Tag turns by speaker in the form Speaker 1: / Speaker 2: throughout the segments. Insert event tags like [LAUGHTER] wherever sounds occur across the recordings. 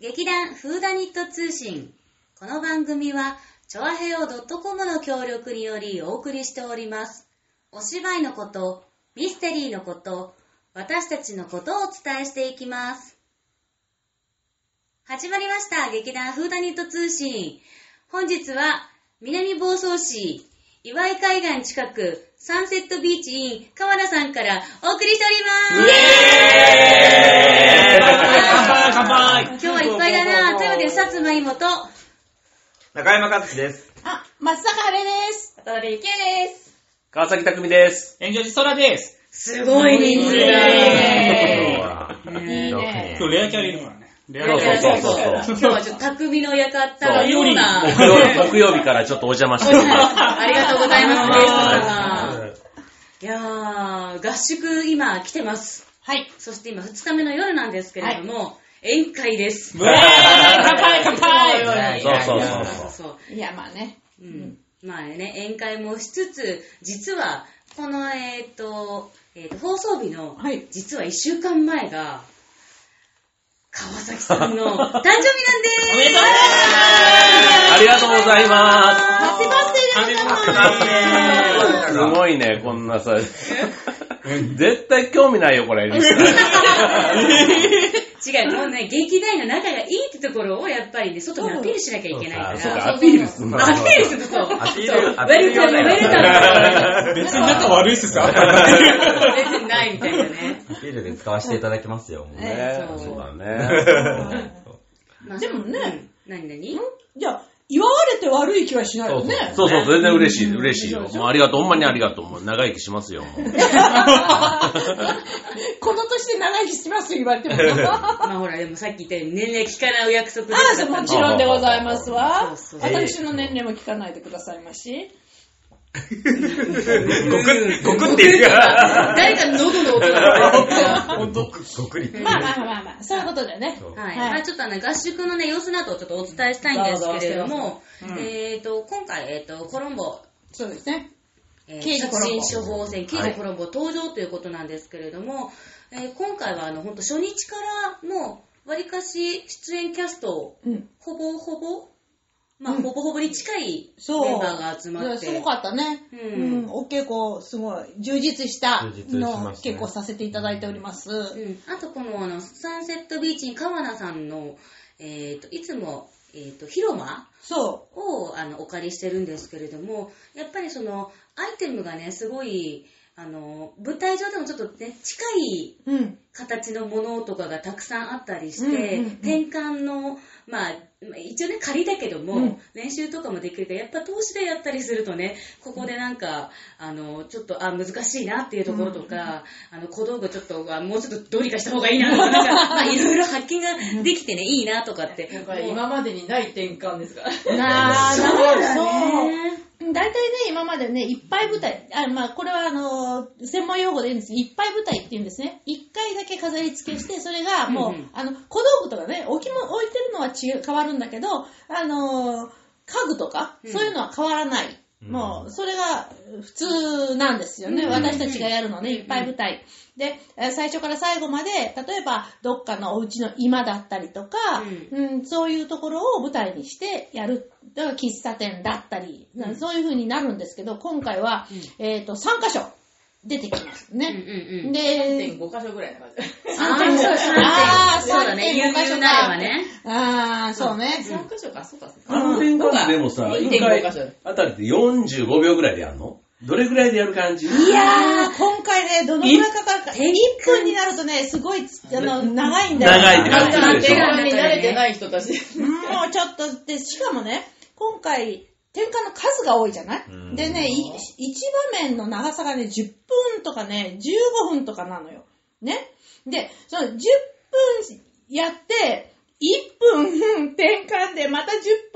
Speaker 1: 劇団フーダニット通信。この番組は、チョアヘオ .com の協力によりお送りしております。お芝居のこと、ミステリーのこと、私たちのことをお伝えしていきます。始まりました。劇団フーダニット通信。本日は、南房総市、岩井海岸近く、サンセットビーチイン、河原さんからお送りしております。
Speaker 2: 乾杯乾杯
Speaker 1: [LAUGHS] 今日はいっぱいだなというわけで、さつまいもと、
Speaker 3: 中山和樹です。
Speaker 4: あ、松坂晴れです。渡辺ゆきえです。
Speaker 3: 川崎匠です。
Speaker 2: 炎上寺空です。
Speaker 1: すごい人数
Speaker 4: え
Speaker 1: だ。
Speaker 4: いいね
Speaker 2: 今日レアキャラいるからね。レア
Speaker 3: そう
Speaker 2: キ
Speaker 3: そう
Speaker 2: ャ
Speaker 3: そう
Speaker 2: ラ。
Speaker 3: そう
Speaker 1: 今日はちょっと匠の館のような、
Speaker 3: 木曜木曜日からちょっとお邪魔してる。
Speaker 1: ありがとうございます、
Speaker 2: あー
Speaker 1: ゲスト様。いやー、合宿今来てます。
Speaker 4: はい。
Speaker 1: そして今2日目の夜なんですけれども、宴会です。
Speaker 2: ブレー乾杯乾
Speaker 4: は
Speaker 2: 杯
Speaker 4: い
Speaker 3: そうそう
Speaker 4: いやいや
Speaker 3: そう
Speaker 1: そう。
Speaker 4: いや、まあね。
Speaker 1: うん。まあね、宴会もしつつ、実は、この、えっ、と、えーと、放送日の、
Speaker 4: はい
Speaker 1: 実は1週間前が、川崎さんの誕生日なんで
Speaker 2: おめでとうござい
Speaker 3: ありがとうございま
Speaker 4: ハッピーバースデーだった
Speaker 2: ハ
Speaker 3: す。すごいね、こんなさ。絶対興味ないよ、これ。
Speaker 1: す違う、もうね、劇団員の仲がいいってところを、やっぱりね、外にアピールしなきゃいけない
Speaker 3: あ、
Speaker 1: か
Speaker 3: そう
Speaker 1: ら。
Speaker 3: か、アピールすんな。
Speaker 1: アピールすると、 [LAUGHS] そう。
Speaker 3: アピール
Speaker 1: そう
Speaker 3: ア
Speaker 1: ウェ
Speaker 3: ピール
Speaker 1: ルカム、ウェルカム。
Speaker 2: 別に仲悪いっすさ。あ
Speaker 1: 別にないみたいなね。
Speaker 5: ビールで使わせていただきますよ。もうね
Speaker 3: ね
Speaker 1: そう
Speaker 3: そうだね。
Speaker 1: まあ
Speaker 4: でもね、
Speaker 1: うん何何
Speaker 4: じゃあ、祝われて悪い気はしないよね。
Speaker 3: そうそう、全然嬉しい、嬉しいよ。もうありがとう、ほんまにありがとう。もう長生きします
Speaker 2: [LAUGHS]
Speaker 3: よ。もう
Speaker 4: この年で長生きしますと言わ
Speaker 3: [LAUGHS]
Speaker 4: れても。あ
Speaker 1: まあほら、でもさっき言ったように年齢聞かないお約束で
Speaker 4: あ、
Speaker 1: す
Speaker 4: そう
Speaker 1: から
Speaker 4: もちろんでございますわ。
Speaker 1: そうそう
Speaker 4: 私の年齢も聞かないでくださいまし。
Speaker 3: ごく、ごくって言うか
Speaker 1: [LAUGHS]
Speaker 3: ら。
Speaker 1: 誰か喉の音
Speaker 4: [LAUGHS]
Speaker 1: が
Speaker 5: ごく、ごくり。
Speaker 4: まあまあまあまあまあ、そういうことでね。
Speaker 1: はい。
Speaker 4: はい
Speaker 1: まあちょっとあの合宿のね、様子などをちょっとお伝えしたいんですけれども、
Speaker 2: うん
Speaker 1: えっ、と、今回、えっ、と、コロンボ、
Speaker 4: そうですね。
Speaker 1: えー
Speaker 4: 刑事コロンボ
Speaker 1: 殺人処方箋、刑事コロンボ登場ということなんですけれども、えー今回はあの、本当初日からもう、わりかし出演キャストを、
Speaker 4: うん。
Speaker 1: ほぼほぼ、まあ、
Speaker 4: うん
Speaker 1: ほぼほぼに近い
Speaker 4: そう。
Speaker 1: メンバーが集まって、
Speaker 4: すごかったね。
Speaker 1: う
Speaker 4: うんん。お稽古、すごい、充実した
Speaker 5: 充実し
Speaker 4: の
Speaker 5: ましたね
Speaker 4: 稽古させていただいております。
Speaker 1: うん、あとこのあのサンセットビーチに川名さんの、えー、といつも、えー、と広間
Speaker 4: そ。
Speaker 1: をあのお借りしてるんですけれどもやっぱりそのアイテムがねすごいあの舞台上でもちょっとね近いう
Speaker 4: うん。
Speaker 1: 形のものとかがたくさんあったりして、
Speaker 4: うんうんうん
Speaker 1: 転換のまあまあ一応ね仮だけども、
Speaker 4: うん
Speaker 1: 練習とかもできるけどやっぱ投資でやったりするとねここでなんかあのちょっとあ難しいなっていうところとか、あの小道具ちょっとあもうちょっとどうにかした方がいいなと
Speaker 4: [LAUGHS]
Speaker 1: かなんか、まあ、いろいろ発見ができてねいいなとかって
Speaker 6: 今回今までにない転換ですから。 [LAUGHS]
Speaker 4: なあ、
Speaker 1: そうだね
Speaker 4: そう。大体ね、今までね、いっぱい舞台、あまあ、これはあのー、専門用語で言うんですけど、いっぱい舞台って言うんですね。一回だけ飾り付けして、それがもう、
Speaker 1: うんうん
Speaker 4: あの、小道具とかね、置きも、置いてるのは違う、変わるんだけど、あのー、家具とか、
Speaker 1: うん
Speaker 4: そういうのは変わらない。もう、それが普通なんですよね。
Speaker 1: うん
Speaker 4: 私たちがやるのね、いっぱい舞台。で、えー最初から最後まで、例えば、どっかのお家の居間だったりとか、
Speaker 1: う
Speaker 4: うん、そういうところを舞台にしてやる。だから喫茶店だったり、
Speaker 1: うん
Speaker 4: そういう風になるんですけど、今回は、えっ、と、3箇所出てきます
Speaker 1: うん
Speaker 4: ね。
Speaker 1: うんうん
Speaker 4: で、
Speaker 6: 1.5箇所ぐらいな感じ。
Speaker 1: あ
Speaker 4: 3.5
Speaker 1: ー
Speaker 4: あー
Speaker 1: そうだね、
Speaker 4: 3.5
Speaker 1: 有
Speaker 4: 箇
Speaker 1: 名
Speaker 4: 所
Speaker 1: なれば
Speaker 4: か
Speaker 1: ね。
Speaker 4: あー、そうね。
Speaker 6: 3箇所か、そうか。
Speaker 3: あの転換でもさ、
Speaker 6: うん
Speaker 3: 1回
Speaker 6: 1.5箇所で
Speaker 3: あたりで45秒ぐらいでやるのどれぐらいでやる感じ
Speaker 4: いやー、今回ね、どのくらいかかるか、1
Speaker 1: 転換
Speaker 4: 分になるとね、すごいつ、あの、長いんだよ。
Speaker 3: 長いって感じ
Speaker 6: 転
Speaker 3: でしょ
Speaker 6: 換に慣れてない人たち。
Speaker 4: うんもうちょっと、で、しかもね、今回、転換の数が多いじゃない
Speaker 5: うん
Speaker 4: でね、1場面の長さがね、10分とかね、15分とかなのよ。ね。で、その10分やって、1分転換でまた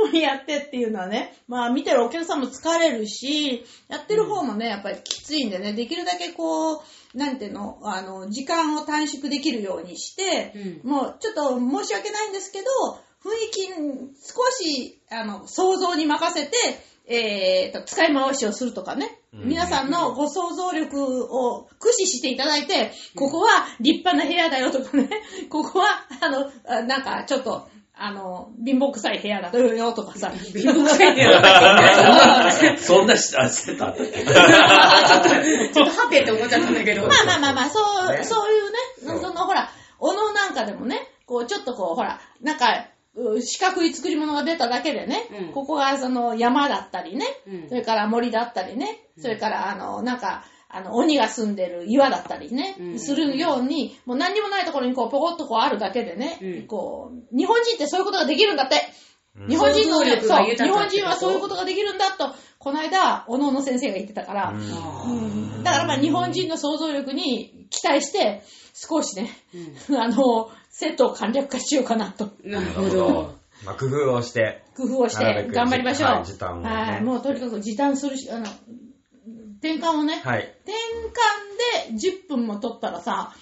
Speaker 4: 10分やってっていうのはね、まあ見てるお客さんも疲れるし、やってる方もね、やっぱりきついんでね、できるだけこう、なんていうの、あの、時間を短縮できるようにして、
Speaker 1: う
Speaker 4: もうちょっと申し訳ないんですけど、雰囲気、少し、あの、想像に任せて、えーと、使い回しをするとかね。
Speaker 5: うん
Speaker 4: 皆さんのご想像力を駆使していただい [LAUGHS] て、ここは立派な部屋だよとかね、ここは、あの、あなんかちょっと、あの、貧乏臭い部屋だからよとかさ、
Speaker 1: 貧乏くさいけど。ちょっと
Speaker 3: そんなし、あ、してた
Speaker 1: ハッピーって思っちゃったんだけど。
Speaker 4: まあまあまあまあ、そう、
Speaker 5: ね
Speaker 4: そういうね、そ
Speaker 5: そう
Speaker 4: のほら、おのなんかでもね、こうちょっとこう、ほら、なんか、う四角い作り物が出ただけでね、
Speaker 1: うん
Speaker 4: ここがその山だったりね、
Speaker 1: うん
Speaker 4: それから森だったりね、それからあの、なんか、あの、鬼が住んでる岩だったりね、
Speaker 1: うん
Speaker 4: するように、もう何にもないところにこう、ポコッとこうあるだけでね、
Speaker 1: うん
Speaker 4: こう、日本人ってそういうことができるんだって、
Speaker 5: うん
Speaker 4: 日本人の
Speaker 1: 想像
Speaker 4: ね、
Speaker 1: 力
Speaker 4: そう、
Speaker 1: が
Speaker 4: 日
Speaker 1: 豊か
Speaker 4: 本
Speaker 1: ってこと
Speaker 4: 人はそういうことができるんだと、この間、おのおの先生が言ってたから、
Speaker 5: うん
Speaker 4: うんだからまあ日本人の想像力に期待して、少しね、 [LAUGHS] あの、セットを簡略化しようかなと、
Speaker 1: なる
Speaker 5: な
Speaker 1: ほ
Speaker 5: るほ
Speaker 1: ど
Speaker 5: ど。。まあ、工夫をして。
Speaker 4: 工夫をし
Speaker 5: なるべ
Speaker 4: て
Speaker 5: く
Speaker 4: 頑張りましょう。
Speaker 5: はい時短をね
Speaker 4: はいもうとにかく時短するし、あの、転換をね、
Speaker 5: はい。
Speaker 4: 転換で10分も取ったらさ、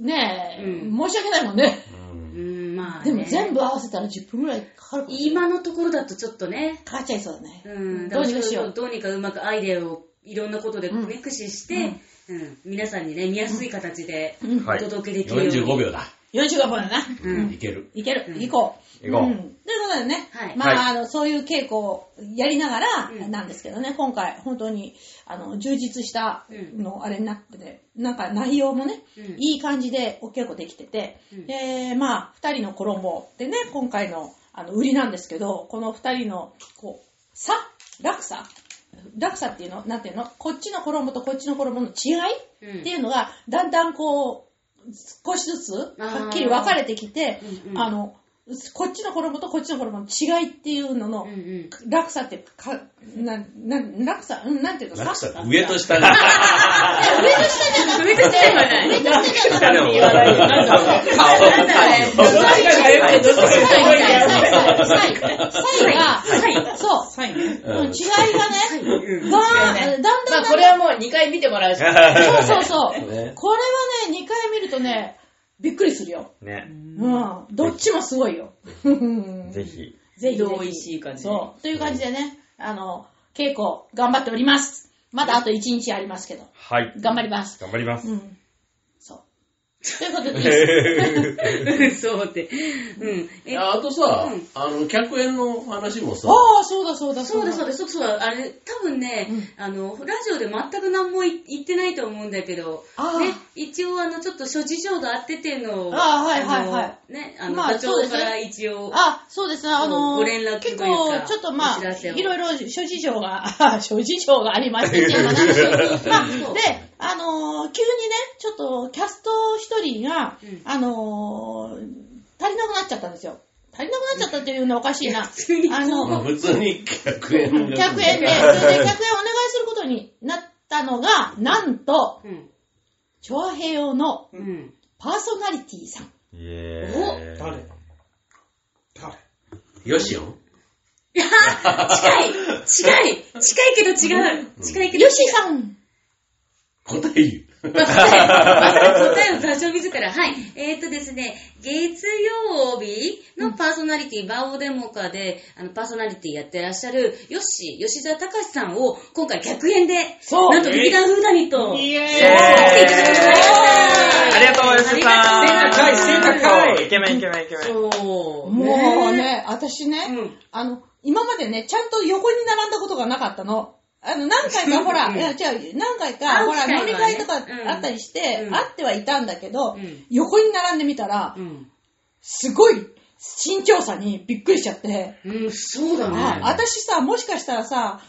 Speaker 4: ねえ、
Speaker 1: うん
Speaker 4: 申し訳ないもんね。
Speaker 5: うん
Speaker 1: うん、まあ、
Speaker 4: でも全部合わせたら10分ぐらいかかるかもしれない
Speaker 1: 今のところだとちょっとね、
Speaker 4: かかっちゃいそうだね。
Speaker 1: うん、
Speaker 4: どうにかしよう
Speaker 1: どうにかうまくアイデアをいろんなことで
Speaker 4: うん
Speaker 1: 駆使して、うん、皆さんにね、見やすい形で
Speaker 4: うん
Speaker 1: お
Speaker 5: はい
Speaker 1: 届けできるように。
Speaker 3: 45秒だ。
Speaker 4: 45分だな。
Speaker 1: うん
Speaker 3: いける。
Speaker 4: いける
Speaker 1: う、ん
Speaker 4: 行こう。
Speaker 5: 行こうん
Speaker 4: ということでね、
Speaker 1: はい
Speaker 4: まあ、
Speaker 5: は
Speaker 4: あの、そういう稽古をやりながら
Speaker 1: うん
Speaker 4: なんですけどね、今回、本当に、あの、充実した
Speaker 1: うん
Speaker 4: の、あれになってて、なんか内容もね、
Speaker 1: うん
Speaker 4: いい感じでお稽古できてて、
Speaker 1: うん
Speaker 4: で、まあ、二人の衣ってね、今回の、あの、売りなんですけど、この二人の、こう、差落差落差っていうのなんていうのこっちの衣とこっちの衣の違い、
Speaker 1: うん
Speaker 4: っていうのが、だんだんこう、少しずつ、はっきり分かれてきて、
Speaker 1: うんうん
Speaker 4: あの、こっちの衣とこっちの衣の違いっていうのの
Speaker 1: うん、うん
Speaker 4: 落差ってか、な、な、落差、うん、なんていうの
Speaker 3: 落差
Speaker 4: 差
Speaker 3: 上と下が。
Speaker 4: 上と下じゃなくて、上と下じゃない。上と下じゃない。
Speaker 5: でも、
Speaker 1: なんだよ
Speaker 4: そうそうそうそう
Speaker 1: そう
Speaker 4: サイが、そう、うん違いが
Speaker 1: うん
Speaker 4: ね、わー
Speaker 6: 違う
Speaker 4: だ
Speaker 6: ね
Speaker 4: んだんだ
Speaker 6: ま
Speaker 4: ん
Speaker 6: あ
Speaker 4: だん
Speaker 6: これはもう2回見てもらうしかない。
Speaker 4: そうそうそう。これはね
Speaker 3: ね、
Speaker 4: 2回見るとね、びっくりするよ。
Speaker 5: ね、
Speaker 4: うん。どっちもすごいよ。
Speaker 5: ぜひ。
Speaker 4: ぜひぜひ。
Speaker 6: 美味しい感じで
Speaker 4: そう。という感じでね、あの、稽古頑張っております。まだあと1日ありますけど、
Speaker 5: はい。
Speaker 4: 頑張ります。
Speaker 5: 頑張ります
Speaker 4: う。ん。そう。ということ
Speaker 3: [LAUGHS]
Speaker 4: で、
Speaker 1: うん [LAUGHS] そうって。うん。え、
Speaker 3: あとさ
Speaker 1: うん、
Speaker 3: あの、客演の話もさ、
Speaker 4: ああ、そうだそうだ
Speaker 1: そうだそう
Speaker 4: だ。
Speaker 1: だ、そうそうだ、あれ、多分ね、あの、ラジオで全く何もい言ってないと思うんだけど、
Speaker 4: あー
Speaker 1: ね、一応、あの、ちょっと諸事情があってっていうのを、
Speaker 4: あーはいはいはい
Speaker 1: あのね、あの、
Speaker 4: まあ
Speaker 1: 課長から一応、
Speaker 4: あ、そうですね。あの、
Speaker 1: ご連絡とい
Speaker 4: 結
Speaker 1: うか
Speaker 4: 構、ちょっとまあ、
Speaker 1: お知らせを
Speaker 4: いろいろ諸事情が、 [LAUGHS] 諸事情がありましてっていう
Speaker 1: [LAUGHS]
Speaker 4: 話をまあ、で、あのー急にね、ちょっとキャスト一人が、
Speaker 1: うん
Speaker 4: あのー足りなくなっちゃったんですよ。足りなくなっちゃったっていうのはおかしいな。
Speaker 1: 通に
Speaker 4: あの
Speaker 3: まあ普通に客演
Speaker 4: 100円で、
Speaker 3: の
Speaker 4: それで100円お願いすることになったのが、なんと、
Speaker 1: うん。
Speaker 4: 長平用の
Speaker 1: うん。 [LAUGHS]
Speaker 4: パーソナリティさん。
Speaker 5: イエーイ。
Speaker 2: 誰
Speaker 3: よしよん
Speaker 1: いやー近い近い近いけど違う近いけど違う
Speaker 4: ヨッシーさん
Speaker 3: 答え言う。
Speaker 1: まあ答えを座長自ら。はい。えーっとですね、月曜日のパーソナリティ、バオデモカで、あの、パーソナリティやってらっしゃる、ヨッシー、吉田隆さんを、今回客演で、
Speaker 4: そう
Speaker 1: なんと劇団フーダニット、
Speaker 4: イエーイ
Speaker 1: 来ていただきました
Speaker 5: ありがとうございます。
Speaker 2: 背高い背高い
Speaker 5: イケメンイケメンイケメン。
Speaker 1: そう。
Speaker 4: もう
Speaker 1: ね
Speaker 4: ね、私ね、
Speaker 1: うん
Speaker 4: あの、今までね、ちゃんと横に並んだことがなかったの。あの、何回かほら、
Speaker 1: うん
Speaker 4: いや、違う、何回
Speaker 1: 会
Speaker 4: か、
Speaker 1: う
Speaker 4: ほ
Speaker 1: 機
Speaker 4: ら、
Speaker 1: 会はね
Speaker 4: 飲み会とか
Speaker 1: うん
Speaker 4: あったりして、
Speaker 1: うん
Speaker 4: 会ってはいたんだけど、
Speaker 1: うん
Speaker 4: 横に並んでみたら、
Speaker 1: うん。
Speaker 4: すごい身長差にびっくりしちゃって、
Speaker 1: うん、そうだ
Speaker 4: あ
Speaker 1: ね。
Speaker 4: 私さ、もしかしたらさ、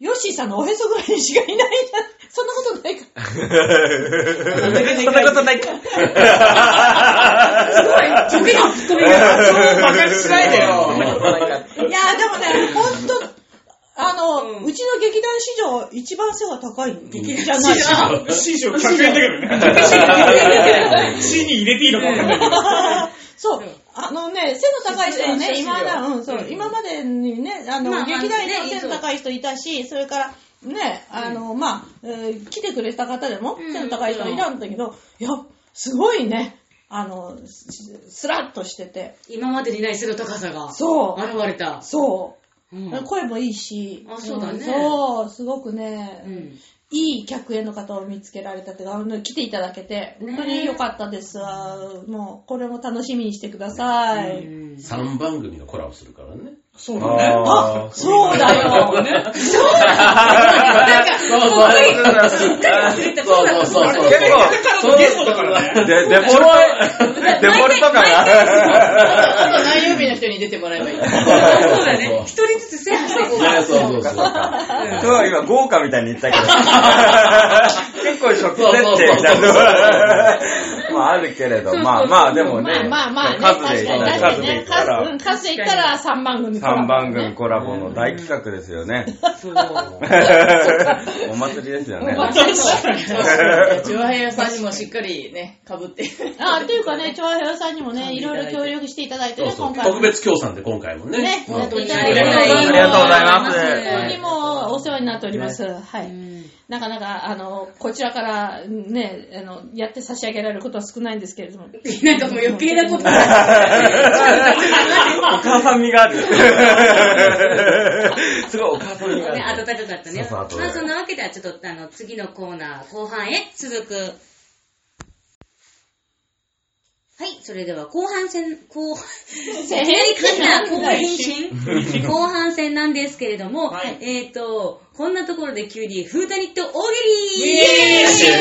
Speaker 4: ヨッシーさんのおへそぐらいしかいないな、そん [LAUGHS] なこ
Speaker 1: [LAUGHS]
Speaker 4: とないか。
Speaker 5: そんなことないか。
Speaker 1: すごい、直撃ツッコミが。
Speaker 2: バカにしないで
Speaker 4: い
Speaker 2: よ。
Speaker 4: やーでもね、ほんと、あの、う
Speaker 1: うん
Speaker 4: ちの劇団史上一番背が高い劇団じゃない
Speaker 1: [LAUGHS] 史上、
Speaker 2: 師匠、客演だけどね。死に入れていいのかわかんないけど。
Speaker 4: そううんあのね、背の高い人はね、
Speaker 2: 出演者
Speaker 4: 今だ、うん、そうう、
Speaker 1: ん
Speaker 4: 今までにね、あの、
Speaker 1: まあ
Speaker 4: 劇団員で
Speaker 1: ね
Speaker 4: 背の高い人いたし、それから、ね、あの、まあ、えー来てくれた方でも
Speaker 1: うん
Speaker 4: 背の高い人いたんだけど、いや、すごいね、あの、すすらっとしてて、
Speaker 1: 今までにない背の高さが、
Speaker 4: そう
Speaker 1: 現れた。
Speaker 4: そうう、声もいいし、
Speaker 1: あそうだね
Speaker 4: んそう、すごくね、
Speaker 1: うん
Speaker 4: いい客演の方を見つけられたけど、あの、来ていただけて、本当に良かったですわ。もう、これも楽しみにしてください。
Speaker 3: 3番組がコラボするからね。
Speaker 2: そうだね。
Speaker 4: あ、そうだよ。
Speaker 3: そうそうそうそう。
Speaker 5: 結構
Speaker 2: だからのゲストだからね。
Speaker 5: デ、デフォルト、デフォルトかな
Speaker 6: あと何曜日の人に出てもらえば
Speaker 5: [LAUGHS]
Speaker 6: いい。
Speaker 1: そうだね。一人ずつセットしていこうか。
Speaker 3: ねそうそうそう。
Speaker 5: そうは今、豪華みたいに言ったけど。結構食設定みたい
Speaker 3: そうそうそう
Speaker 5: な。まああるけれど、 [LAUGHS] まあまあでもね、
Speaker 4: まあまあまあ
Speaker 5: 数
Speaker 4: ね、
Speaker 5: で
Speaker 4: 確
Speaker 5: 言っ
Speaker 4: か
Speaker 5: た
Speaker 4: に確
Speaker 5: ら、数で言っ
Speaker 4: かにね。数
Speaker 5: た
Speaker 4: うん
Speaker 5: ら、
Speaker 4: 数で言ったら3番組
Speaker 5: 3番
Speaker 4: 組。
Speaker 5: 組コラボの大企画ですよね。お祭りですよね。
Speaker 6: ジョアヘアさんにもしっかりね、被って。
Speaker 4: あ、というかね、長平さんにもね、いろいろ協力していただいて
Speaker 3: そう
Speaker 4: ね、
Speaker 3: そう
Speaker 4: 今回も
Speaker 3: 特。別協賛で今回もね。
Speaker 4: ね、
Speaker 3: うん
Speaker 4: やっていただ
Speaker 1: あ
Speaker 4: い
Speaker 1: り
Speaker 4: て
Speaker 1: がとうございます
Speaker 5: ありがとうございます
Speaker 4: 本当にもうお世話になっております。はい。なかなか、あの、こちらからね、あの、やって差し上げられることは少ないんですけれども。
Speaker 1: [LAUGHS] なんかもう余計なこと。
Speaker 5: お母さん味がある。すごいお母さん味が [LAUGHS]
Speaker 1: ね、
Speaker 5: あ
Speaker 1: 暖
Speaker 5: る。
Speaker 1: かかったね。
Speaker 5: そうそう暖かい
Speaker 1: まあそんなわけではちょっとあの次のコーナー後半へ続く。はい、それでは後半戦、後、
Speaker 4: 変
Speaker 1: 変な後
Speaker 4: な
Speaker 1: 半戦、後半戦なんですけれども、
Speaker 6: はい
Speaker 1: えっ、ー、と、こんなところで急に、フータニット大喜利
Speaker 6: イエーイ新コ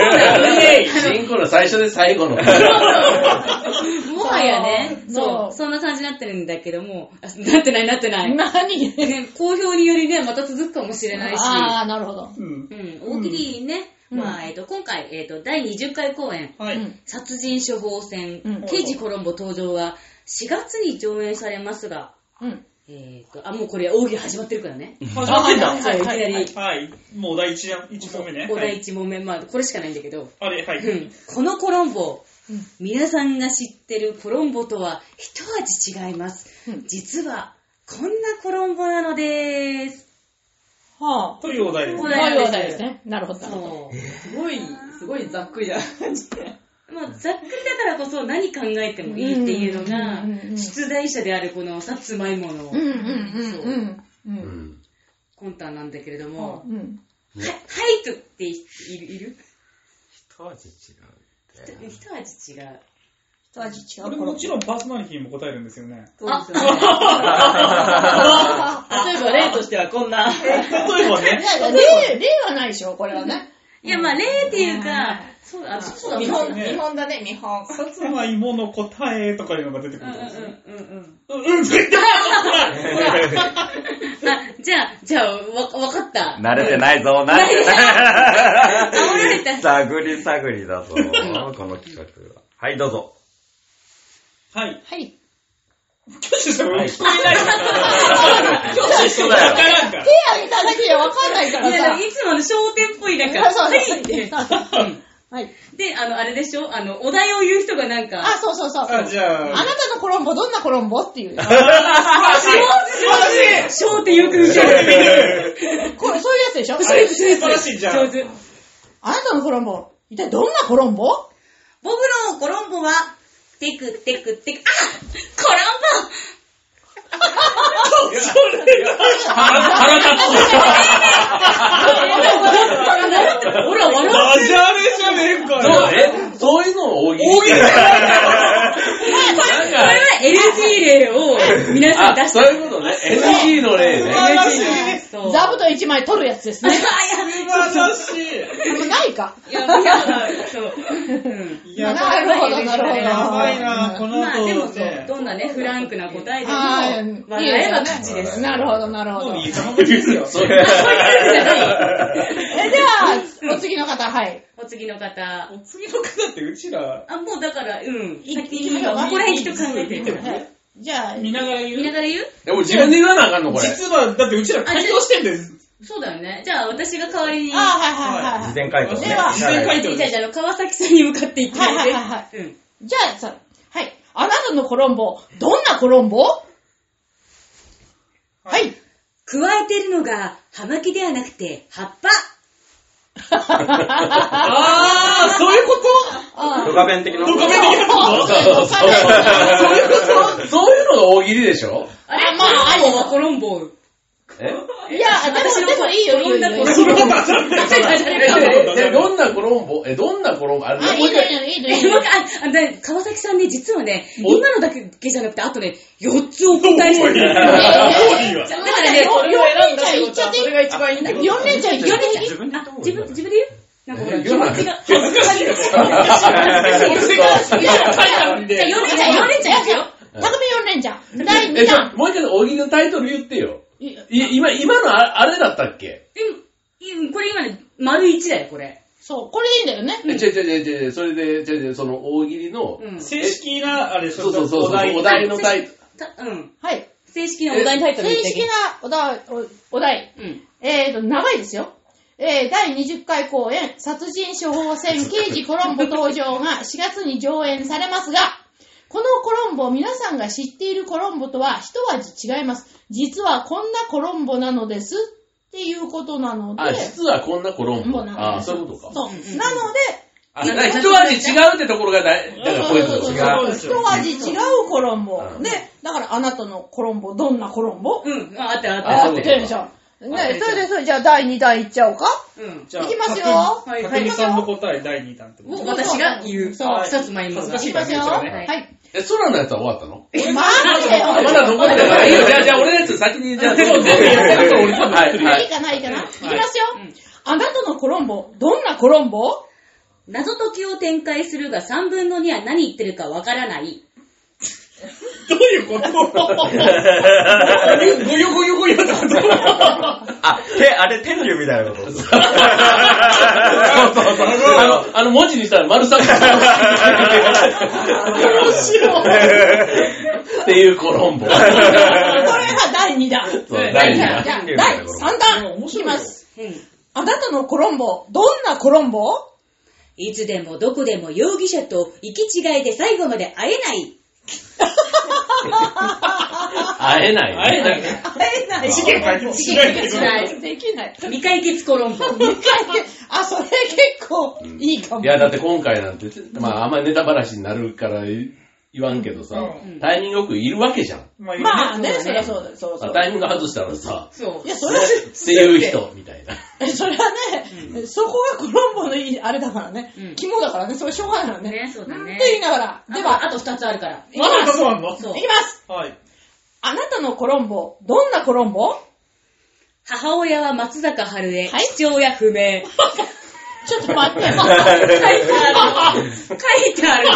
Speaker 6: ーナーイエ
Speaker 3: 新コーナー最初で最後
Speaker 1: [LAUGHS]
Speaker 3: の。
Speaker 1: もはやね、
Speaker 4: そ
Speaker 1: そ、
Speaker 4: うそうう
Speaker 1: そんな感じになってるんだけども、あなってないなってない。
Speaker 4: 何
Speaker 1: ね好評によりね、また続くかもしれないし。
Speaker 4: ああ、なるほど。
Speaker 1: うん、大喜利ね、
Speaker 4: うん
Speaker 1: まあ、えっ、と、今回、えっ、と、第20回公演、
Speaker 2: は
Speaker 4: う
Speaker 2: い。
Speaker 4: ん
Speaker 1: 殺人処方箋、
Speaker 4: うん
Speaker 1: 刑事コロンボ登場が4月に上演されますが、
Speaker 4: うん。
Speaker 1: えっ、と、あ、もうこれ、大喜利始まってるからね。
Speaker 2: 始まってんだ。
Speaker 1: そういきなり、
Speaker 2: はい。もう第一弾、一問目ね。
Speaker 1: お
Speaker 2: は
Speaker 1: 題
Speaker 2: い
Speaker 1: 1問目、まあ、これしかないんだけど、
Speaker 2: あれ、は
Speaker 1: う
Speaker 2: い。
Speaker 1: ん、このコロンボ、皆さんが知ってるコロンボとは一味違います。
Speaker 4: うん
Speaker 1: 実は、こんなコロンボなのです。
Speaker 4: はあ。
Speaker 2: というお題です
Speaker 1: お
Speaker 4: こ
Speaker 2: ね。
Speaker 4: ういう話題ですね。なるほど。なるほど
Speaker 1: そう。
Speaker 6: ーイすごい、すごいざっくりだ。
Speaker 1: まあ、ざっくりだからこそ何考えてもいいっていうのが
Speaker 4: うんうんうんう、ん
Speaker 1: 出題者であるこのさつまいもの
Speaker 4: うんうんうん
Speaker 3: う
Speaker 4: う。
Speaker 3: んん
Speaker 1: コンタなんだけれども、
Speaker 4: うん。
Speaker 1: はハイトっているいる
Speaker 5: 一味違う。
Speaker 1: 一味違う。
Speaker 4: 一味違
Speaker 2: これ
Speaker 4: う
Speaker 2: もちろんパーソナリティも答えるんですよね。
Speaker 1: あ、
Speaker 6: 例えば例としてはこんな。
Speaker 2: 例えば
Speaker 4: い
Speaker 2: ね。
Speaker 4: やいや、例、例はないでしょ、これはね。
Speaker 1: いや、まあ、例っていう
Speaker 4: うん
Speaker 1: か、そうだ、そうだ、
Speaker 6: 日
Speaker 1: そう
Speaker 6: 本、
Speaker 1: だ
Speaker 6: 日本だね、日本。
Speaker 2: さつまいもの答えとかいうのが出てく
Speaker 1: うん
Speaker 2: る
Speaker 1: うん
Speaker 2: ですよね。
Speaker 1: んうんうん。
Speaker 2: うん、うん、絶対
Speaker 1: あ、じゃあ、じゃあ、わ、わかった。
Speaker 5: 慣れてないぞ、慣れて
Speaker 1: あ煽られた
Speaker 5: ない。。探り探りだぞ、この企画は。はい、どうぞ。
Speaker 2: はい。
Speaker 4: はい。
Speaker 2: 挙手したら聞こえないから。挙手したらわからんから。
Speaker 4: 手挙げただけじゃわかんないか
Speaker 1: い
Speaker 4: ら
Speaker 1: や、
Speaker 4: さ。
Speaker 1: いつもの商店っぽいだから。
Speaker 4: そう
Speaker 1: はい
Speaker 4: そう
Speaker 1: って
Speaker 4: そう
Speaker 1: うん
Speaker 4: はい。
Speaker 1: で、あの、あれでしょあの、お題を言う人がなん
Speaker 4: あ
Speaker 1: か、、
Speaker 4: そうそうそう。あ
Speaker 2: [LAUGHS] あ、
Speaker 4: な
Speaker 2: じゃあ、
Speaker 4: たのコロンボ、どんなコロンボっていう。こ
Speaker 1: あ、素晴らしい小ってよく受ける。
Speaker 4: れ、そういうやつでしょ
Speaker 2: そうです
Speaker 1: 上手
Speaker 2: 素晴らしいじゃん
Speaker 1: 上手。
Speaker 4: あなたのコロンボ、一体どんなコロンボ
Speaker 1: 僕のコロンボは、テクテクテク、あコロンボ
Speaker 3: 腹立
Speaker 1: ほら、笑
Speaker 2: ダジャレじゃねえか
Speaker 3: つそ
Speaker 2: よ
Speaker 3: う。えそういうのを大喜利。大喜利
Speaker 1: これは NG 例を皆さん出
Speaker 3: あ、
Speaker 1: して
Speaker 3: そういうことね。NG の例ね。
Speaker 2: らしい
Speaker 1: そう
Speaker 4: 座布団一枚取るやつですね。
Speaker 2: 素晴らしい。
Speaker 4: もうないか。
Speaker 1: いや、いやそう。うん
Speaker 2: いや、
Speaker 4: なるほど、なるほど。
Speaker 2: やばいな、この
Speaker 1: まあでも
Speaker 2: 後
Speaker 1: そう、
Speaker 2: ね。
Speaker 1: どんなね、フランクな答えでも、
Speaker 4: ああ、
Speaker 1: 笑えば勝ち
Speaker 4: いい
Speaker 1: で
Speaker 4: です
Speaker 1: す。
Speaker 4: ねなるほど、なるほ
Speaker 2: も
Speaker 4: ど
Speaker 2: う。いい感じですよ。
Speaker 3: そういう
Speaker 4: え、では、お次の方、はい。
Speaker 1: お次の方。
Speaker 2: お次の方ってうちら、
Speaker 1: あ、もうだから、うん。
Speaker 4: い
Speaker 1: 先に
Speaker 4: いきましょう
Speaker 1: ここら辺きっと考えて
Speaker 2: 見ても
Speaker 1: る。
Speaker 2: ね。
Speaker 4: じゃあ、
Speaker 2: 見ながら言
Speaker 1: 見な
Speaker 2: う。
Speaker 1: がら言う
Speaker 3: でも自分で言わなあかんの、これ。
Speaker 2: 実は、だってうちら回答してんだよ。
Speaker 1: そうだよね。じゃあ、私が代わりに。
Speaker 4: あ、はいはいはいは
Speaker 5: 事
Speaker 4: い。
Speaker 5: 前回答ね。
Speaker 4: では
Speaker 2: 事前回答
Speaker 1: じゃあ、じゃあ、川崎さんに向かっていってもらっ
Speaker 4: はい
Speaker 1: て。
Speaker 4: はいはい
Speaker 1: うん。
Speaker 4: じゃあさ、はい。あなたのコロンボ、どんなコロンボはい。
Speaker 1: 加えてるのが、葉巻ではなくて、葉っぱ。
Speaker 2: あー、そういうこと
Speaker 5: ドカベン的な。
Speaker 4: でも、
Speaker 3: そうそうそうそういうのが大喜利でしょ
Speaker 1: あれ
Speaker 4: あまあ
Speaker 1: コロンボはコロンボ。
Speaker 3: え
Speaker 4: いや、
Speaker 6: 私
Speaker 4: 私も
Speaker 6: の
Speaker 4: でもいいよ、いいよ。いい
Speaker 6: 転
Speaker 4: よ
Speaker 6: んだ
Speaker 2: そのままなんだよ。
Speaker 3: え、どんなコロンボ、え、どんなコロンボ、あれ、
Speaker 4: あ、い
Speaker 3: もう
Speaker 4: い
Speaker 3: 一
Speaker 4: の
Speaker 3: 回。
Speaker 4: よ、いいのよいい
Speaker 1: え、
Speaker 4: の
Speaker 1: 僕
Speaker 4: よ。
Speaker 1: あ、あだ川崎さんね、実はね、
Speaker 3: お
Speaker 1: 今のだけじゃなくて、あとね、4つお答えしてる。
Speaker 2: 多
Speaker 1: だ
Speaker 2: い多い
Speaker 1: か
Speaker 2: わ
Speaker 4: だ
Speaker 1: らね、
Speaker 6: それを選んだ仕
Speaker 4: いっち
Speaker 6: 事
Speaker 4: ゃっ
Speaker 6: は
Speaker 4: て
Speaker 6: それが一番いいんだよ。
Speaker 4: 4連ちゃん行っちゃっていい
Speaker 5: 自分で言った
Speaker 1: あ
Speaker 5: 方
Speaker 1: 自
Speaker 5: がいい
Speaker 1: 分、自分で言うなんかほら、
Speaker 3: え
Speaker 1: 気持ちが。
Speaker 2: 恥ずかしいよ。
Speaker 3: 俺が書いたん
Speaker 1: じゃあ、
Speaker 3: で。
Speaker 1: 4連ちゃん、4連ちゃんいくよ。
Speaker 4: 匠4連ちゃん。第
Speaker 3: え、
Speaker 4: 2
Speaker 3: ちょ
Speaker 4: 弾。
Speaker 3: もう一回、小木のタイトル言ってよ。
Speaker 4: い
Speaker 3: い今、今のああれだったっけ
Speaker 1: でもいこれ今ね、丸1だよ、これ。
Speaker 4: そう、これでいいんだよね。
Speaker 3: え、ちょいちょいちょいちょい、それで、ちょいちょい、その大喜利の、
Speaker 1: うん。
Speaker 2: 正式な、あれでし
Speaker 3: そ
Speaker 2: ょ、
Speaker 3: うそうそうそう、
Speaker 2: お題
Speaker 3: お題のタイトル。
Speaker 1: たうん。
Speaker 4: はい。
Speaker 1: 正式なお題タイトル
Speaker 4: 正
Speaker 1: 言ってあげ
Speaker 4: 式
Speaker 1: る
Speaker 4: なお題、おお題。
Speaker 1: うん。
Speaker 4: えーと、長いですよ。えー、第20回公演、殺人処方箋刑事コロンボ登場が4月に上演されますが、このコロンボ、皆さんが知っているコロンボとは一味違います。実はこんなコロンボなのです。っていうことなので、
Speaker 3: あ、実はこんなコロンボ。
Speaker 4: もうなんか
Speaker 3: あ、そういうことか。
Speaker 4: そ
Speaker 1: う
Speaker 4: う。
Speaker 1: んうんうん
Speaker 4: なので、
Speaker 3: あ、だから一味違うってところがだ、だからポイント
Speaker 4: そう
Speaker 3: 違
Speaker 4: そう
Speaker 3: う。
Speaker 4: そう一味違うコロンボ
Speaker 3: う。ん
Speaker 4: ね。だからあなたのコロンボ、どんなコロンボ
Speaker 1: うん。ああったあっ
Speaker 3: あ
Speaker 1: た。
Speaker 3: そう
Speaker 4: テンション。
Speaker 1: あ
Speaker 4: ね、それで、それじゃあ第2弾いっちゃおうか。
Speaker 1: うん。
Speaker 2: じゃあ
Speaker 4: いきますよ
Speaker 2: たくみ
Speaker 1: はい
Speaker 2: たくみさんの答え第2弾ってこと
Speaker 1: を私が言う。
Speaker 4: そう
Speaker 1: さつまいも
Speaker 2: 恥ず
Speaker 1: が
Speaker 2: か
Speaker 4: いき
Speaker 2: し
Speaker 4: ます
Speaker 2: いからね
Speaker 4: よ。
Speaker 2: そ
Speaker 4: は
Speaker 2: れね
Speaker 4: い。
Speaker 3: え、空のやつは終わったの
Speaker 4: マジでよ。
Speaker 3: まだ残ってたから、いいよ。じゃあ、じゃあ、俺のやつ先に、じゃあ、そう、全部やってると俺多分やってるよ。
Speaker 4: いいかな、いいかな。いきますよ
Speaker 1: うん。
Speaker 4: あなたのコロンボ、どんなコロンボ
Speaker 1: 謎解きを展開するが3分の2は何言ってるかわからない。
Speaker 2: どういうことごよごよごよってこと
Speaker 5: あ、手、あれ、天竜みたいなこと。
Speaker 3: そうそうそう。あの、あの文字にしたら丸三角。
Speaker 4: 面白い。
Speaker 3: っていうコロンボ。
Speaker 4: これが第2弾。
Speaker 3: そう
Speaker 4: じゃあ
Speaker 3: 第二
Speaker 4: じ
Speaker 3: 弾
Speaker 4: ゃあ第3弾。いきます。
Speaker 1: うん。
Speaker 4: あなたのコロンボ、どんなコロンボ
Speaker 1: いつでもどこでも容疑者と行き違いで最後まで会えない。
Speaker 3: 会えない。
Speaker 2: 会えないね。
Speaker 4: 会えない。
Speaker 2: 事件解決しないけど
Speaker 4: 事件解決できない。
Speaker 1: 未解決コロ [LAUGHS] ンボ。
Speaker 4: 一回 [LAUGHS] あ、それ結構いいかも。
Speaker 3: いや、だって今回なんて、まあ、あんまりネタばらしになるから言わんけどさ
Speaker 2: うん、
Speaker 3: タイミングよくいるわけじゃん。
Speaker 2: ま
Speaker 4: まあね、
Speaker 1: そ
Speaker 4: そうり
Speaker 1: だね
Speaker 4: ゃそうだ、そうそう。
Speaker 3: タイミング外したらさ、
Speaker 1: そう
Speaker 4: い。や、それは、
Speaker 3: っていう人、みたいな。
Speaker 4: えそれはね、そこがコロンボのいい、あれだからね
Speaker 1: うん、
Speaker 4: 肝だからね、それしょうがないからね。
Speaker 1: ねそうだね
Speaker 4: んって言いながら、
Speaker 1: で
Speaker 4: で
Speaker 1: は、
Speaker 4: は、
Speaker 1: あと2つあるから。
Speaker 2: まだそうなんの
Speaker 1: そう
Speaker 4: いきます
Speaker 2: はい。
Speaker 4: あなたのコロンボ、どんなコロンボ
Speaker 1: 母親は松坂春江、
Speaker 4: はい
Speaker 1: 父親不明。
Speaker 4: ちょっと待って。
Speaker 1: [LAUGHS]
Speaker 4: あ
Speaker 1: 書いてあるの。書いてある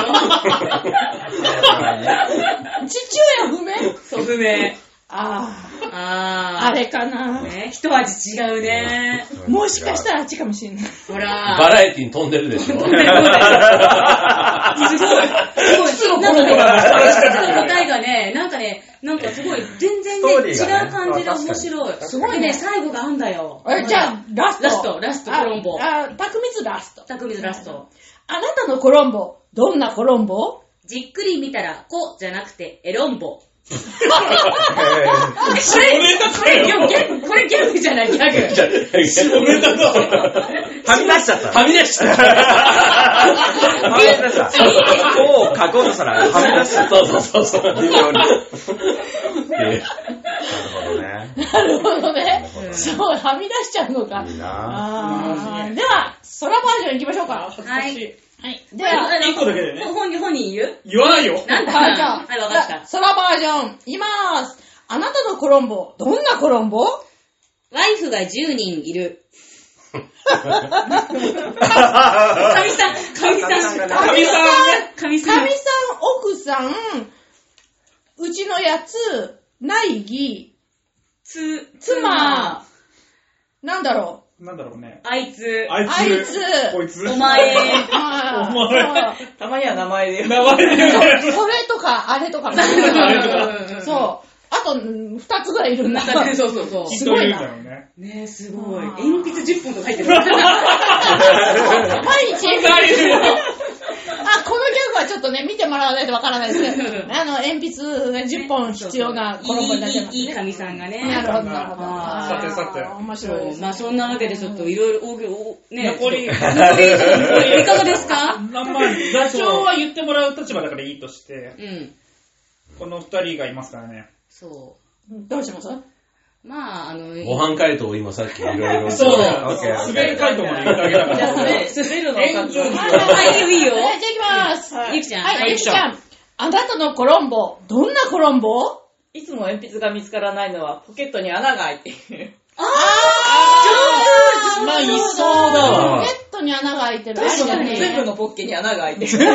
Speaker 1: [LAUGHS]
Speaker 4: 父親不明
Speaker 1: の。そう、不明。
Speaker 4: あー、あ
Speaker 1: あー。
Speaker 4: れかな。
Speaker 1: ね、一味違うね。
Speaker 4: もしかしたらあっちかもしれない。
Speaker 1: ほら。
Speaker 3: [LAUGHS] バラエティに飛んでるでしょ。
Speaker 1: そうだよすご [LAUGHS] い。すごい。
Speaker 3: 質の
Speaker 1: なんかね、
Speaker 3: コロンボだ
Speaker 1: 答えがね、なんかね、なんかすごい、全然
Speaker 5: ス
Speaker 1: ね
Speaker 5: トー、リ
Speaker 1: 違
Speaker 5: ーがね
Speaker 1: う感じで面白い。
Speaker 5: す
Speaker 4: ごいね
Speaker 1: でね、最後があんだよ。
Speaker 4: えじゃあ、ラスト。
Speaker 1: ラストラストコロンボ
Speaker 4: あ、たくみつラスト。
Speaker 1: たくみずラスト。
Speaker 4: あなたのコロンボ、どんなコロンボ
Speaker 1: じっくり見たら、こじゃなくて、エロンボ。これ、これ、ギャグ、これギャグじゃない、ギャグ。
Speaker 5: はみ出しちゃった。
Speaker 3: はみ出した。
Speaker 5: はみ出した。こう書こうとしたら、はみ出しちゃった。
Speaker 3: そうそうそうそう。
Speaker 5: 微妙に。
Speaker 3: え
Speaker 5: なるほどね。
Speaker 4: なるほどね
Speaker 1: ほど。ね
Speaker 4: そう、はみ出しちゃうのか。
Speaker 5: いいな
Speaker 4: あーでは、空バージョン行きましょうか。
Speaker 1: はい
Speaker 2: い。
Speaker 4: はい。では、
Speaker 1: あの
Speaker 2: 一個だけでね
Speaker 1: 本人、本人言う
Speaker 2: 言わないよ。
Speaker 1: なんだ
Speaker 4: はい、じゃあ、
Speaker 1: はい、わかった。
Speaker 4: 空バージョン、いまーす。あなたのコロンボ、どんなコロンボ
Speaker 1: ワイフが10人いる。
Speaker 5: あ
Speaker 1: かみさん、かみさん、
Speaker 5: か
Speaker 2: みさんね
Speaker 1: かみ
Speaker 4: か
Speaker 1: さん
Speaker 4: み。さん、奥さん、うちのやつ、内儀、
Speaker 1: つ、
Speaker 4: 妻、なんだろ
Speaker 2: なんだろうね。
Speaker 1: あいつ、
Speaker 2: あい
Speaker 4: あいつ
Speaker 2: つ。こいつ。
Speaker 1: お前、
Speaker 4: う。あー
Speaker 2: お前
Speaker 4: そう
Speaker 6: たまには名前で。
Speaker 2: 名前で言うね。
Speaker 4: それとか、あれ
Speaker 2: [LAUGHS]
Speaker 4: とか。そう。あと、うん二つぐらいいるんだ。
Speaker 1: [LAUGHS] そうそうそ
Speaker 2: きっ
Speaker 4: す
Speaker 2: と
Speaker 4: ごい
Speaker 2: 言う
Speaker 4: な
Speaker 2: だろうね。
Speaker 1: う。ねえ、すごい。鉛筆10本とか入っ
Speaker 2: [LAUGHS]
Speaker 1: てる。は
Speaker 4: 毎日。
Speaker 2: 意外にも
Speaker 4: あ、このギャグはちょっとね、見てもらわないとわからないです
Speaker 1: [LAUGHS]
Speaker 4: ね。あの、鉛筆ね10本必要なコロンボになっちゃいます
Speaker 1: いい、いい
Speaker 4: ね。
Speaker 1: かみさんが
Speaker 4: な
Speaker 1: ね。
Speaker 4: るほど、なるほど。
Speaker 1: あ
Speaker 2: ーさてさて
Speaker 4: あー面
Speaker 1: そ
Speaker 4: 白いで
Speaker 1: う、
Speaker 4: す。
Speaker 1: まあそんなわけでちょっといろいろ、おおね
Speaker 2: 残り
Speaker 1: 残り、ちょっと残り、いかがですか
Speaker 2: まあまあ、座長は言ってもらう立場だからいいとして、
Speaker 1: うん。
Speaker 2: この二人がいますからね。
Speaker 1: そ
Speaker 4: どうします
Speaker 1: う。
Speaker 6: まあ、あの、
Speaker 3: ご飯回答を今さっきいろいろ。。
Speaker 2: そう
Speaker 5: オッケー
Speaker 2: う。滑り回答まで言ってあげたか
Speaker 6: じゃあ
Speaker 2: ら。
Speaker 6: ね、滑るのか
Speaker 2: 炎上
Speaker 6: な
Speaker 2: す
Speaker 4: じゃ
Speaker 2: る
Speaker 4: あ
Speaker 1: いいよいいよ
Speaker 4: 行きます。
Speaker 1: ゆきちゃん
Speaker 4: は、
Speaker 2: はいい
Speaker 4: ゆきちゃん。あなたのコロンボ、どんなコロンボ
Speaker 6: いつも鉛筆が見つからないのは、ポケットに穴が開いている。
Speaker 4: あ
Speaker 2: まあ、いそう
Speaker 4: ポ
Speaker 2: だわ。
Speaker 4: ケットに穴が開いてる。
Speaker 6: 確か
Speaker 4: あれだ
Speaker 6: に
Speaker 4: ね
Speaker 6: 全部のポッケに穴が開いてる。
Speaker 1: ね、だ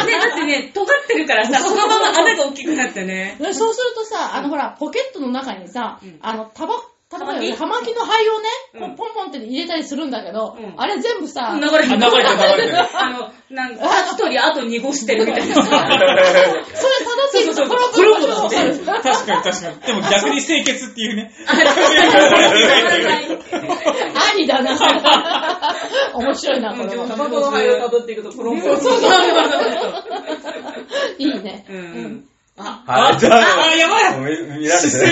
Speaker 1: ってね、尖ってるからさ、そのまま穴が大きくなってね。
Speaker 4: ねそうするとさ、あのほら、ポケットの中にさ、
Speaker 1: ん
Speaker 4: あの、タバ、タバコ、
Speaker 1: 葉
Speaker 4: ハマ
Speaker 1: 巻
Speaker 4: キの灰をね、
Speaker 1: うん
Speaker 4: ポンポンポンって入れたりするんだけど、
Speaker 1: うん
Speaker 4: あれ全部さ、
Speaker 1: 流れてる。
Speaker 2: 流れてる流れてる
Speaker 1: あの、なんか、一人後濁してるみたい [LAUGHS] な。
Speaker 4: それ正しいとコロン
Speaker 2: コロンボ
Speaker 4: ボ
Speaker 2: だ
Speaker 4: の
Speaker 2: って。確かに確かに。でも逆に清潔っていうね。
Speaker 4: ありだな。 [LAUGHS] 面白いな、これ
Speaker 6: タ
Speaker 4: は。
Speaker 6: バコの灰をたどっていくと、コロンボ。
Speaker 1: そうそう。
Speaker 4: いいね。
Speaker 1: うん。
Speaker 5: はい、じゃあ、
Speaker 2: あ、やばい
Speaker 5: 見見られてる。
Speaker 1: すご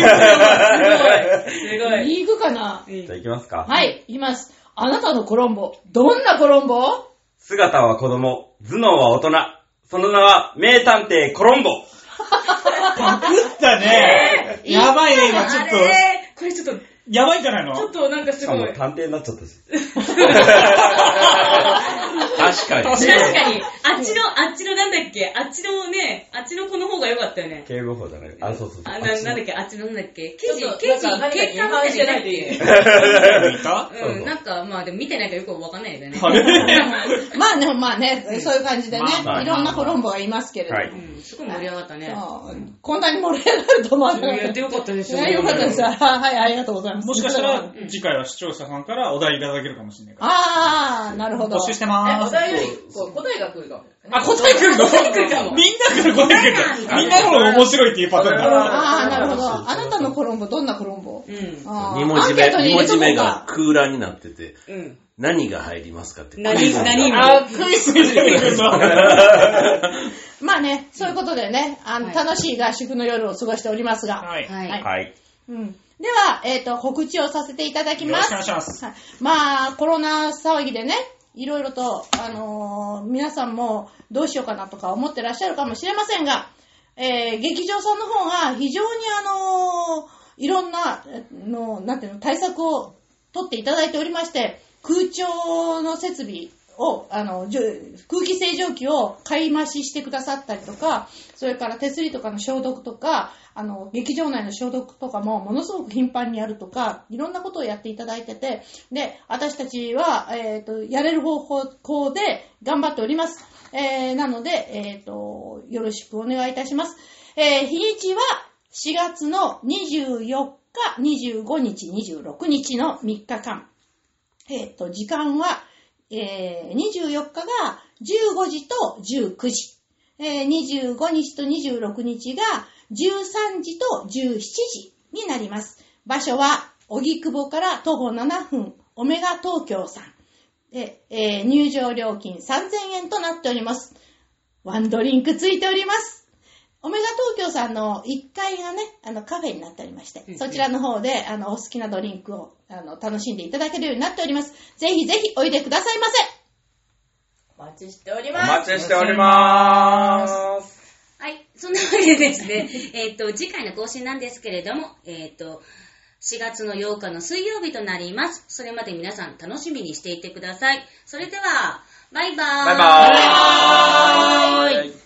Speaker 1: い。
Speaker 4: いくかな
Speaker 5: じゃあ行きますか。
Speaker 4: はい、言います。あなたのコロンボ、どんなコロンボ
Speaker 5: 姿は子供、頭脳は大人。その名は、名探偵コロンボ。
Speaker 2: パクったね。やばいね、今ちょっと。
Speaker 1: これちょっと、
Speaker 2: やばいんじゃない
Speaker 1: ちょっ
Speaker 2: の
Speaker 1: となんかす
Speaker 5: し
Speaker 1: ご
Speaker 5: か
Speaker 1: い。
Speaker 5: も
Speaker 1: 確
Speaker 5: 探偵になっちゃっ
Speaker 1: [LAUGHS]
Speaker 5: たし。
Speaker 3: 確
Speaker 1: か
Speaker 3: かに。
Speaker 1: に、あっちの、あっちのなんだっけ、あっちのね、あっちの子の方が良かったよね。
Speaker 5: 警部補じゃない。あ、そうそうそう。
Speaker 1: あ、な、
Speaker 5: あっち
Speaker 1: なん
Speaker 5: の
Speaker 1: だっけ、あっちのなんだっけ、刑
Speaker 6: ちょっと
Speaker 1: 事、刑事
Speaker 6: なんか、何か
Speaker 1: 警
Speaker 6: に
Speaker 1: 官
Speaker 6: 反応
Speaker 1: みたい
Speaker 6: し
Speaker 1: じゃ
Speaker 6: て
Speaker 1: な
Speaker 6: ないい
Speaker 1: っ
Speaker 6: と
Speaker 1: け
Speaker 6: いけ
Speaker 2: い
Speaker 5: そ
Speaker 2: た
Speaker 5: う
Speaker 1: う
Speaker 5: そ
Speaker 1: ん、
Speaker 5: う
Speaker 1: なんか、まあでも見てないからよくわかんないよね。
Speaker 2: あれ
Speaker 4: まあね、まあね、そういう感じでね、
Speaker 5: まあまあ
Speaker 4: いろんなコロンボがいますけれども。
Speaker 5: はい
Speaker 1: うん、すごい盛り上がったね。
Speaker 4: そうこんなに盛り上がると思わなか
Speaker 1: や
Speaker 4: っ
Speaker 1: って
Speaker 4: た。
Speaker 1: よかったでしょ。
Speaker 4: ねよかったです。はい、ありがとうございます。
Speaker 2: もしかしたら
Speaker 4: あ、
Speaker 2: 次回は視聴者さんからお題いただけるかもしれないか
Speaker 4: あー、なるほ
Speaker 2: ら。
Speaker 4: ど。
Speaker 2: 募集して
Speaker 6: え、
Speaker 2: ま
Speaker 6: お
Speaker 2: ーす。
Speaker 6: 題より、こう答えが来るかも。
Speaker 2: あ、答え来るの
Speaker 1: 答え来るかも
Speaker 2: みんなから答え来るのみんなの方が面白いっていうパターンだ。
Speaker 4: あー、なるほど。あなたのコロンボ、どんなコロンボ
Speaker 1: うん。
Speaker 4: あー
Speaker 3: 二文字
Speaker 4: ア
Speaker 3: 目
Speaker 4: ンケート、に
Speaker 3: 二
Speaker 4: 入
Speaker 3: 文字
Speaker 4: れとこうか
Speaker 3: 目が空欄になってて、
Speaker 1: うん。
Speaker 3: 何が入りますかって。
Speaker 1: 何、何も。
Speaker 2: [LAUGHS] あ、クイズに出てくるの。
Speaker 4: まあね、そういうことでね、あの、
Speaker 1: はい
Speaker 4: 楽しい合宿の夜を過ごしておりますが。
Speaker 2: はい。よ
Speaker 1: はい。
Speaker 5: はい。
Speaker 4: うん。では、えっ、と、告知をさせていただき
Speaker 2: ろ
Speaker 4: ま
Speaker 2: しくお
Speaker 4: す。
Speaker 2: 願いします。
Speaker 4: はいまあ、コロナ騒ぎでね、いろいろと、あのー皆さんもどうしようかなとか思ってらっしゃるかもしれませんが、えー劇場さんの方が非常にあのーいろんな、えーの、なんていうの、対策を取っていただいておりまして、空調の設備を、あの、じゅ空気清浄機を買い増ししてくださったりとか、それから手すりとかの消毒とか、あの、劇場内の消毒とかもものすごく頻繁にやるとか、いろんなことをやっていただいてて、で、私たちは、えっ、と、やれる方向で頑張っております。えーなので、えっ、と、よろしくお願いいたします。えー日にちは4月の24日、25日、26日の3日間。えっ、と、時間は、えー24日が15時と19時。えー25日と26日が13時と17時になります。場所は、荻窪から徒歩7分、オメガ東京さん。で、えー入場料金3000円となっております。ワンドリンクついております。オメガ東京さんの1階がね、あのカフェになっておりまして、そちらの方で、あの、お好きなドリンクを、あの、楽しんでいただけるようになっております。ぜひぜひおいでくださいませ
Speaker 6: お待ちしており
Speaker 5: お
Speaker 6: ます。
Speaker 5: 待ちしておりまーす。
Speaker 1: はい。そんなわけでですね、えっと、次回の更新なんですけれども、えっと、4月の8日の水曜日となります。それまで皆さん楽しみにしていてください。それでは、バイバーイ。
Speaker 5: バイバーイ
Speaker 1: バイバーイ